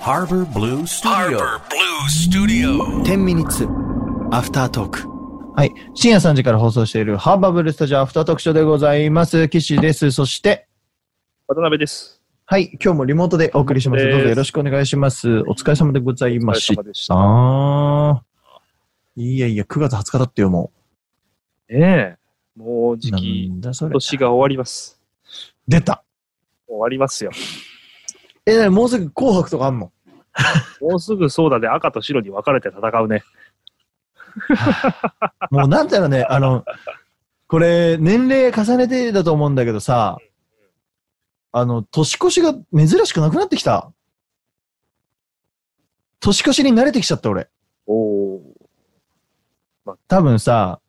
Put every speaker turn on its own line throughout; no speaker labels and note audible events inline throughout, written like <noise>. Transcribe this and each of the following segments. Harbor Blue Studio.
Harbor Blue Studio.
10ミニッツアフタートーク
はい。深夜3時から放送しているハーバーブルスタジオアフター特集でございます。岸です。そして、
渡辺です。
はい。今日もリモートでお送りします。
です
どうぞよろしくお願いします。お疲れ様でござい
お
ま
疲
し。
れ様でした
いやいや、9月20日だってよ、も
ねえ。もうじ
う。な
き、
んだそれ。
年が終わります。
出た。
終わりますよ。
え、なにもうすぐ紅白とかあんの
もうすぐそうだね、赤と白に分かれて戦うね。
もうなんだろうね、あの、これ、年齢重ねてだと思うんだけどさ、あの、年越しが珍しくなくなってきた。年越しに慣れてきちゃった、俺。
おお。
多分さ、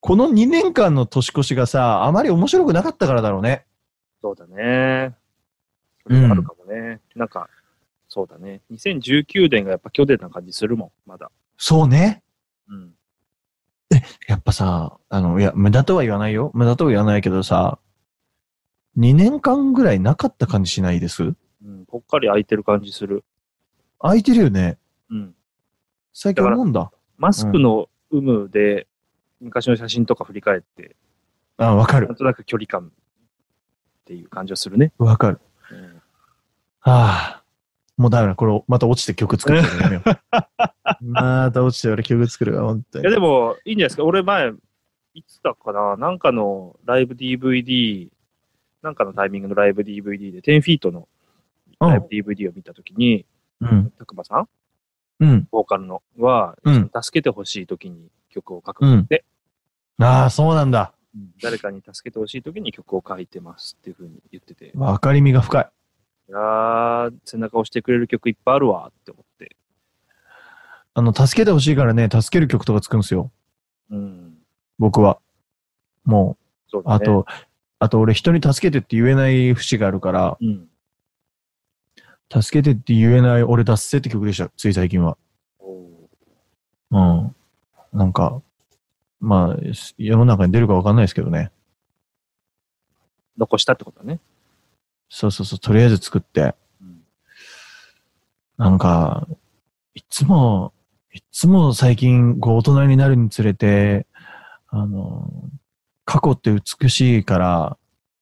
この2年間の年越しがさ、あまり面白くなかったからだろうね。
そうだね。それがあるかもね。なんか、そうだね。2019年がやっぱ去年な感じするもん、まだ。
そうね。
うん。
やっぱさ、あの、いや、無駄とは言わないよ。無駄とは言わないけどさ、2年間ぐらいなかった感じしないです
うん、ぽっかり空いてる感じする。
空いてるよね。
うん。
最近思うんだ。
マスクの有無で、昔の写真とか振り返って、
あ、わか
な
る。
んとなく距離感っていう感じはするね。
わかる。
うん
はあ。もうダメだ。これ、また落ちて曲作るからやめよ
<laughs>
う。また落ちて俺曲作るわ、本当
いや、
に。
でも、いいんじゃないですか。俺前、いつだかな、なんかのライブ DVD、なんかのタイミングのライブ DVD で、10フィートの
うん
ライブ DVD を見たときに、
うん。
たくまさん、
うん。
ボーカルの、は、
うん
助けてほしいときに曲を書く
うんん。
で、
ああ、そうなんだ。
誰かに助けてほしいときに曲を書いてますっていうふうに言ってて、い
わかりみが深い。
やー、背中を押してくれる曲いっぱいあるわって思って。
あの、助けてほしいからね、助ける曲とか作るんですよ。
うん。
僕は。も
そう
う、
だね。
あ、と、あと俺人に助けてって言えない節があるから、
うん。
助けてって言えない俺脱せって曲でした。つい最近は。
おー
うん。なんか、まあ、世の中に出るかわかんないですけどね。
残したってことだね。
そうそうそう、とりあえず作って。
うん。
なんか、いつも、いつも最近、こう、大人になるにつれて、あの、過去って美しいから、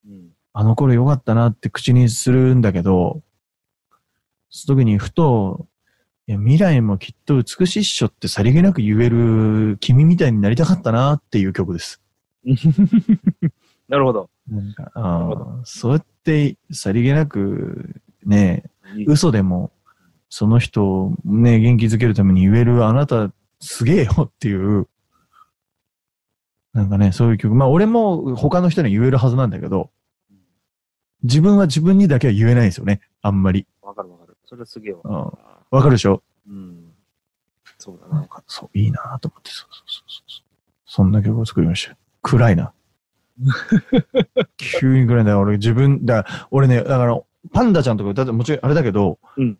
うん。
あの頃良かったなって口にするんだけど、その時にふと、いや未来もきっと美しいっしょってさりげなく言える君みたいになりたかったなっていう曲です。
なるほど。
なんか、
るほ
あーそうやってさりげなくね、
いい
嘘でもその人をね、元気づけるために言えるあなたすげえよっていう、なんかね、そういう曲。まあ俺も他の人には言えるはずなんだけど、自分は自分にだけは言えないんですよね。あんまり。
わかるわかる。それはすげえわ。
うんわかるでしょ
うん。そうだ
なん
ね。
か、そう、いいなと思って、そうそうそうそう。そんな曲を作りました。暗い
<laughs>
な。急に暗いんだよ。俺自分、だから、俺ね、だから、パンダちゃんとか歌ってもちろんあれだけど、
うん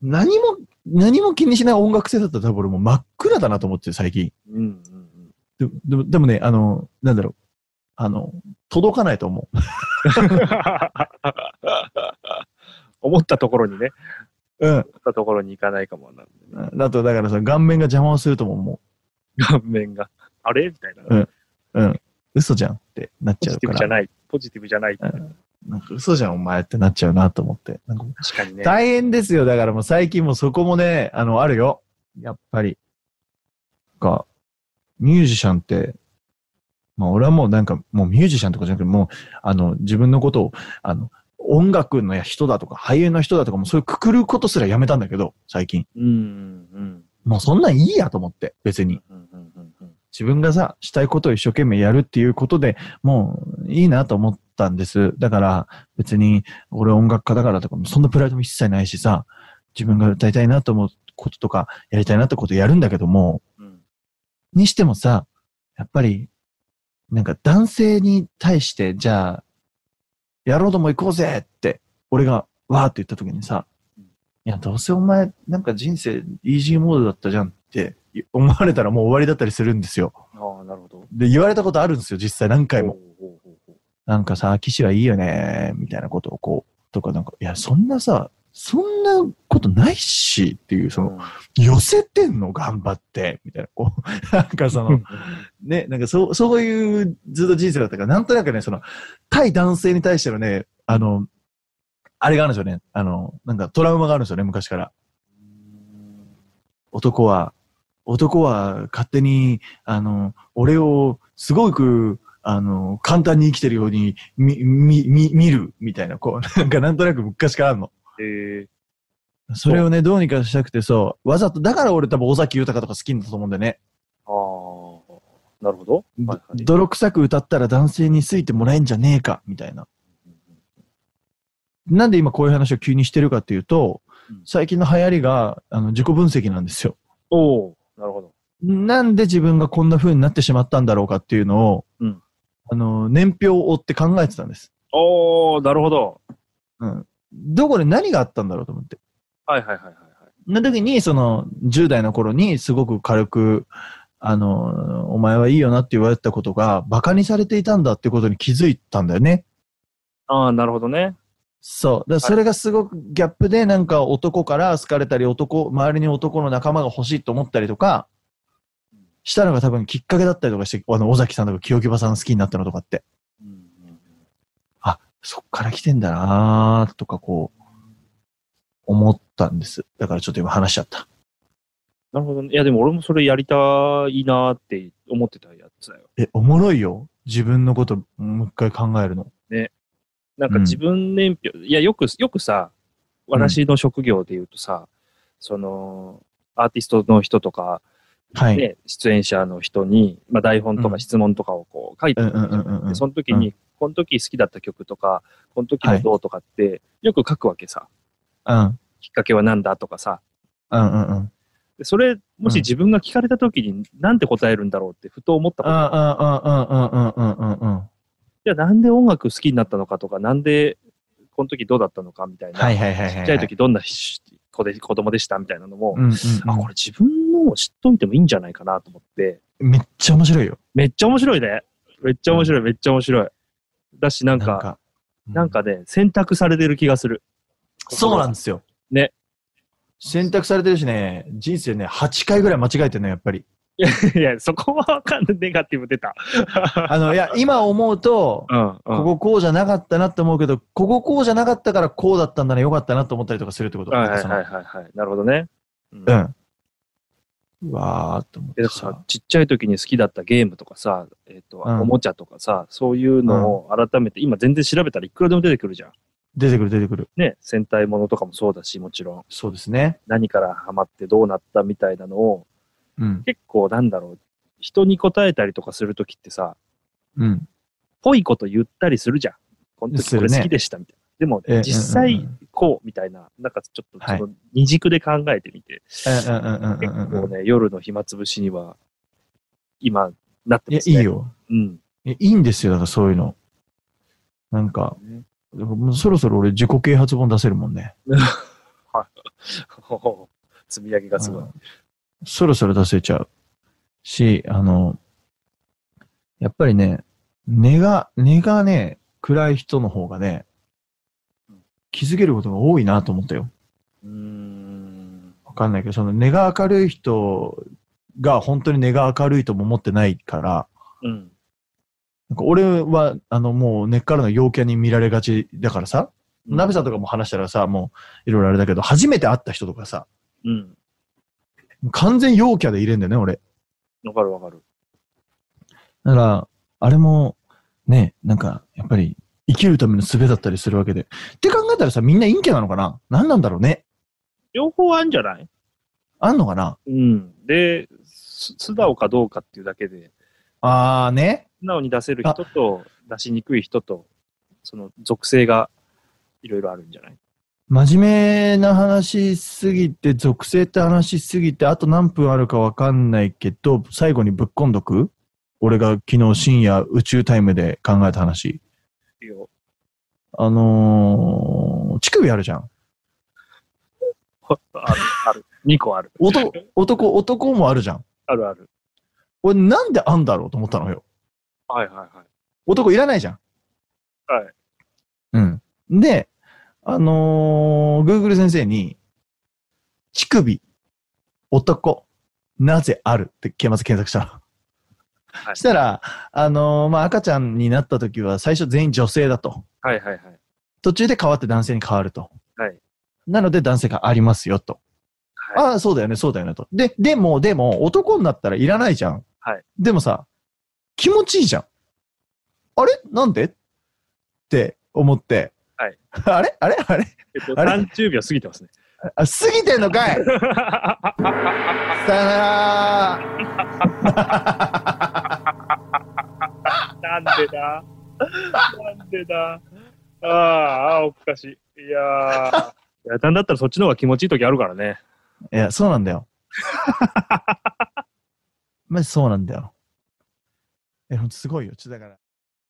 何も、何も気にしない音楽性だったら多分俺もう真っ暗だなと思って最近。
うんうん
ででもでもね、あの、なんだろう。あの、届かないと思う。
うん。 <laughs> 思ったところにね、
うん。
思ったところに行かないかもなんで、ね、
だと、だからさ、顔面が邪魔をするとも思
顔面が、あれみたいな。
うんう。うん。嘘じゃんってなっ
ポ
ちゃ
ジ
う
ティ
か
ブじゃ
ら。
ない。ポジティブじゃない。
うんなんか嘘じゃん、お前ってなっちゃうなと思って。なんか
確かにね。
大変ですよ。だからもう最近もそこもね、あの、あるよ。やっぱり。が、ミュージシャンって、まあ俺はもうなんか、もうミュージシャンとかじゃなくて、もう、あの、自分のことを、あの、音楽の人だとか、俳優の人だとかも、そういうくくることすらやめたんだけど、最近。
うんうん
もうそんなんいいやと思って、別
うん。
に。
うんうんうんうん
自分がさ、したいことを一生懸命やるっていうことでもういいなと思ったんです。だから別に俺音楽家だからとかもそんなプライドも一切ないしさ、自分が歌いたいなと思うこととかやりたいなってことやるんだけども、
うん。
にしてもさ、やっぱりなんか男性に対してじゃあ、やろうとも行こうぜって俺がわーって言った時にさ、いやどうせお前なんか人生イージーモードだったじゃんって思われたらもう終わりだったりするんですよ。
ああ、なるほど。
で、言われたことあるんですよ、実際何回も。
ほうほうほうほう
なんかさ、騎士はいいよね、みたいなことをこう、とかなんか、いや、そんなさ、そんなことないしっていう、その、寄せてんの頑張って、みたいな、こう、 <laughs> なんかその、ね、なんかそう、そういうずっと人生だったから、なんとなくね、その、対男性に対してのね、あの、あれがあるんですよね。あの、なんかトラウマがあるんですよね、昔から。男は、男は勝手に、あの、俺をすごく、あの、簡単に生きてるように、み、み、み、見る、みたいな、こう、なん <laughs> かなんとなく昔からあるの。
え
それをね、どうにかしたくて、そう、わざと、だから俺多分尾崎豊とか好きなんだと思うんだよね。
ー、ああ、なるほど。はいはい
泥臭く歌ったら男性に好いてもらえんじゃねえか、みたいな。なんで今こういう話を急にしてるかっていうと
うん、
最近の流行りが、あの、自己分析なんですよ。
おおなるほど。
なんで自分がこんな風になってしまったんだろうかっていうのを、
うん
あの、年表を追って考えてたんです。
おおなるほど。
うん。どこで何があったんだろうと思って。
はいはいはいはい。
な時に、その、10代の頃にすごく軽く、あの、お前はいいよなって言われてたことが、馬鹿にされていたんだってことに気づいたんだよね。
ああ、なるほどね。
そう。だからそれがすごくギャップで、なんか男から好かれたり、男、周りに男の仲間が欲しいと思ったりとか、したのが多分きっかけだったりとかして、あの、尾崎さんとか清木場さん好きになったのとかって。
うん
そっから来てんだなーとかこう、思ったんです。だからちょっと今話しちゃった。
なるほど、ね。いや、でも俺もそれやりたいなーって思ってたやつだよ。
え、おもろいよ。自分のこともう一回考えるの。
なんか自分年表、いや、よく、よくさ、私の職業で言うとさ、その、アーティストの人とか、
はい。
ね、出演者の人に、まあ、台本とか質問とかをこう書いて
うん
る
うん
じ
う
ゃ
ん
ん
うんう
で
ん。
その時に、この時好きだった曲とか、この時のどうとかって、よく書くわけさ。
うん
きっかけは何だとかさ。
うんうんうん。
でそれ、もし自分が聞かれた時に、なんて答えるんだろうってふと思ったこと。
ああ、うんうんうんうんうんうんうん。
じゃあなんで音楽好きになったのかとか、なんでこの時どうだったのかみたいな。
はいはいはいはいはい。
ちっちゃい時どんな子で子供でしたみたいなのも、
うんうんうん。
あ、これ自分のを知っといてもいいんじゃないかなと思って、
めっちゃ面白いよ。
めっちゃ面白いね。めっちゃ面白い、めっちゃ面白い。だし、なんか、
か。
なんかね、選択されてる気がする。 <laughs>
そうなん
で
ですよ。
ね。
選択されてるしね、人生ね、8回ぐらい間違えてるの、やっぱり。
す。いや、そこはわかんない。ネガティブ出た。
あの、いや、今思うと、
うん、うん。
こここうじゃなかったなって思うけど、こここうじゃなかったからこうだったんだね、よかったなと思ったりとかするってこと
はいはい
そ
はい
の
はいはい。なるほどね。うん
うん。うわーっと思っ
え
て
だから
さ。
ちっちゃい時に好きだったゲームとかさ、えっと
うん
おもちゃとかさ、そういうのを改めて、今全然調べたらいくらでも出てくるじゃん。
出てくる出てくる。
ね、戦隊ものとかもそうだし、もちろん。
そうですね。
何からハマってどうなったみたいなのを、
うん。
結構なんだろう、人に答えたりとかするときってさ、
うん。
ぽいこと言ったりするじゃん。この時
す
こ
る
れ
ね
好きでしたみたいな。でも
え、
実
うんうん
際こうみたいな、なんかちょっと
はい
その二軸で考えてみて、
うんうんうん
結
うん
構
うん。
ね、夜の暇つぶしには、今、なって
いや
ま、す
い
ね。
い。よ。 <laughs>
うん。
いやいいんですよ、だからそういうの。なんか、もうそろそろ俺自己啓発本出せるもんね。
ほほほ積み上げがすごい。
うんそろそろ出せちゃうし、あの、やっぱりね、根が、根がね、暗い人の方がね
うん、
気づけることが多いなと思ったよ。
うーん。
わかんないけど、その根が明るい人が本当に根が明るいとも思ってないから、
うん。
なんか俺は、あの、もう根っからの陽キャに見られがちだからさ、ナベさんとかも話したらさ、もういろいろあれだけど、初めて会った人とかさ、
うん。
完全陽キャでいれんだよね、俺。
わかるわかる。
だから、あれも、ね、なんか、やっぱり、生きるための術だったりするわけで。って考えたらさ、みんな陰キャなのかな何なんだろうね
両方あるんじゃない
あんのかな
うん。で、す素直かどうかっていうだけで、
あーね。
素直に出せる人と出しにくい人と、その属性がいろいろあるんじゃない
真面目な話しすぎて、属性って話しすぎて、あと何分あるかわかんないけど、最後にぶっこんどく俺が昨日深夜宇宙タイムで考えた話。
いいよ
あのー、乳首あるじゃん。
ある、ある。2個あ <laughs> る。
男、男、男もあるじゃん。
あるある。
俺なんであんだろうと思ったのよ。
はいはいはい。
男いらないじゃん。
はい。
うん。で、あのー、Google 先生に、乳首、男、なぜあるって、まず検索したの。
い
したら、あのーまあ、赤ちゃんになった時は最初全員女性だと。
はいはいはい。
途中で変わって男性に変わると。
はい
なので男性がありますよと。
はい、
ああ、そうだよね、そうだよねと。で、でも、でも、男になったらいらないじゃん。
はい
でもさ、気持ちいいじゃん。あれなんでって思って。
はい
<laughs> あれあれあれ
えっと、
あれ
30秒過ぎてますね。
あ、過ぎてんの
<laughs>
かいさよなら
なんでだなんでだああ、おかしい。いやー。 <laughs> いや、なんだったらそっちの方が気持ちいい時あるからね。
いや、そうなんだよ。 <laughs> まジそうなんだよ。え、ほんとすごいよ。ちょっとだから。